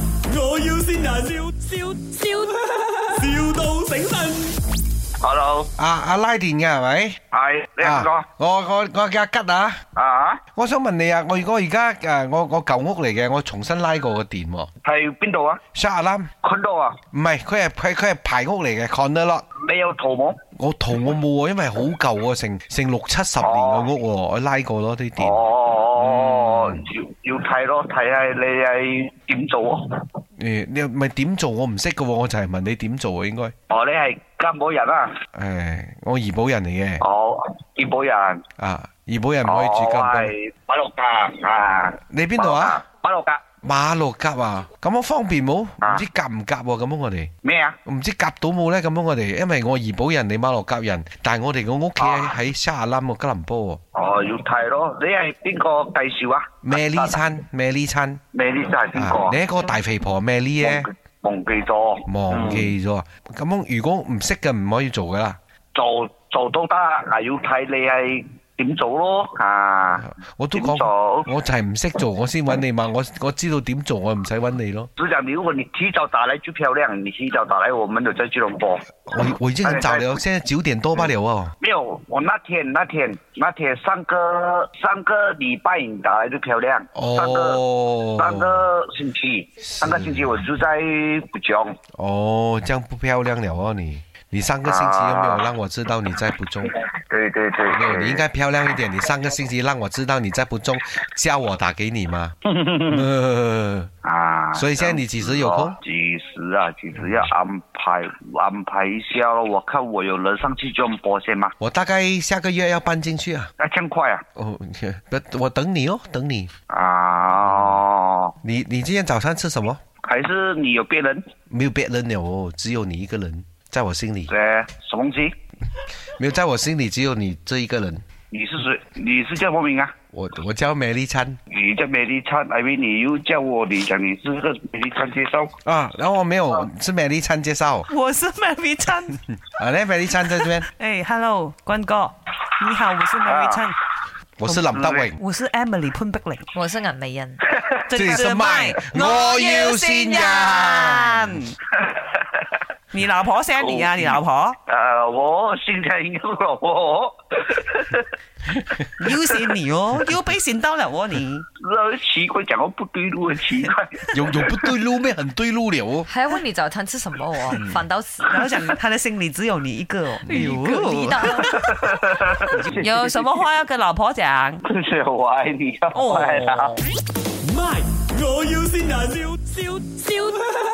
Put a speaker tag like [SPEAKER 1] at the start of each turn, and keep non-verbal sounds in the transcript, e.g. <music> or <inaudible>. [SPEAKER 1] 要先人，笑笑笑，,笑到醒神。
[SPEAKER 2] Hello，
[SPEAKER 3] 啊阿拉電嘅係咪？
[SPEAKER 2] 係你係邊
[SPEAKER 3] 啊
[SPEAKER 2] 個？
[SPEAKER 3] 我我我叫阿吉啊！
[SPEAKER 2] 啊，
[SPEAKER 3] 我想問你啊，我如果而家誒我我舊屋嚟嘅，我重新拉過個電喎。
[SPEAKER 2] 係邊度啊？
[SPEAKER 3] 沙阿冧，
[SPEAKER 2] 昆多啊？
[SPEAKER 3] 唔係佢係佢佢係排屋嚟嘅 c o n d o lot。
[SPEAKER 2] 你有圖冇？
[SPEAKER 3] 我圖我冇啊，因為好舊啊，成成六七十年嘅屋喎，我拉過咯啲電。
[SPEAKER 2] 哦，要要睇咯，睇下你係點做啊？
[SPEAKER 3] 誒你咪點做我唔識嘅喎，我就係問你點做啊應該。
[SPEAKER 2] 哦，你係監保人啊？
[SPEAKER 3] 誒，我怡保人嚟嘅，
[SPEAKER 2] 哦，檢保人。
[SPEAKER 3] 啊怡保人唔可以住
[SPEAKER 2] 我
[SPEAKER 3] 咁多。
[SPEAKER 2] 係馬六甲啊。
[SPEAKER 3] 你邊度啊？？
[SPEAKER 2] 馬六甲
[SPEAKER 3] 馬六甲啊，咁我方便冇？
[SPEAKER 2] 啊
[SPEAKER 3] 唔知夾唔夾喎？咁樣我哋。
[SPEAKER 2] 咩啊？
[SPEAKER 3] 唔知夾到冇呢？咁樣我哋，因為我怡保人，你馬六甲人，但係我哋個屋企喺
[SPEAKER 2] 啊
[SPEAKER 3] 喺沙林喎，吉林坡喎。
[SPEAKER 2] 哦，要睇咯。你係邊個介紹啊？
[SPEAKER 3] 咩呢餐？咩呢餐？
[SPEAKER 2] 咩呢？真係邊
[SPEAKER 3] 啊
[SPEAKER 2] 個？
[SPEAKER 3] 你一個大肥婆咩呢咧？
[SPEAKER 2] 忘記咗，
[SPEAKER 3] 忘
[SPEAKER 2] 嗯
[SPEAKER 3] 記咗。啊咁樣如果唔識嘅唔可以做噶啦。
[SPEAKER 2] 做做都得，嗱要睇你係點做咯啊！
[SPEAKER 3] 我都
[SPEAKER 2] 點做
[SPEAKER 3] 講，我就係唔識做，我先揾你嘛。我我知道點做，我唔使揾你咯。
[SPEAKER 2] 组长，如果你提早打来就漂亮，你提早打来，我们有在俱乐部。
[SPEAKER 3] 我我已經很早了，現在九點多不了哦。
[SPEAKER 2] 没有，我那天那天那天上个上个礼拜你打来就漂亮，上个上
[SPEAKER 3] 哦，
[SPEAKER 2] 个星期上个星期我住在浦江，
[SPEAKER 3] 哦，這樣不漂亮了哦你。你上個星期有沒
[SPEAKER 2] 啊
[SPEAKER 3] 有讓我知道你在不中？
[SPEAKER 2] 对对对
[SPEAKER 3] 没有，你应该漂亮一点。你上个星期让我知道你在不中，叫我打给你嘛。呃
[SPEAKER 2] 啊。
[SPEAKER 3] 所以现在你几时有空
[SPEAKER 2] 哦几时啊？几时要安排安排一下咯？我看我有人上去就播先嘛，
[SPEAKER 3] 我大概下个月要搬进去啊。
[SPEAKER 2] 那这样快啊
[SPEAKER 3] 哦，不，我等你哦，等你。
[SPEAKER 2] 啊！
[SPEAKER 3] 你你今天早上吃什么？
[SPEAKER 2] 还是你有别人？
[SPEAKER 3] 没有别人了哦，只有你一个人，在我心里
[SPEAKER 2] 呃，什么东西？
[SPEAKER 3] 没有，在我心里只有你这一个人。
[SPEAKER 2] 你是谁？你是叫什么名啊？
[SPEAKER 3] 我我叫美丽餐
[SPEAKER 2] 你叫美丽餐，因为你又叫我，你讲你是个美丽餐介绍。
[SPEAKER 3] 啊，然后我没有是美丽餐介绍
[SPEAKER 4] <laughs> 我是 Mary Chan。
[SPEAKER 3] 啊，那美丽餐在这边，
[SPEAKER 4] 哎，Hello，关哥，你好，我是
[SPEAKER 3] 啊
[SPEAKER 4] Mary Chan，、
[SPEAKER 3] 我是林德荣，
[SPEAKER 4] 我是 Emily 潘碧玲，
[SPEAKER 5] 我是银
[SPEAKER 4] <laughs>
[SPEAKER 5] 美人，
[SPEAKER 3] 这里是麦，我要先人。 <laughs>
[SPEAKER 4] 你老婆 Sandy 啊，你老婆
[SPEAKER 2] 呃，我现在有老婆，
[SPEAKER 4] 要是你哦， <laughs> 要被闪到了哦你。
[SPEAKER 2] <laughs> 那奇怪，讲到不对路，很奇怪。
[SPEAKER 3] 有有不对路咩？很对路了哦。
[SPEAKER 5] 还要问你早餐吃什么哦？反倒死。
[SPEAKER 4] 然后讲
[SPEAKER 5] <laughs>
[SPEAKER 4] 他的心里只有你一个哦，
[SPEAKER 5] 你的
[SPEAKER 4] 有什么话要跟老婆讲？
[SPEAKER 2] 是我爱啊你，要爱他。
[SPEAKER 1] 卖，我要先人，笑笑笑，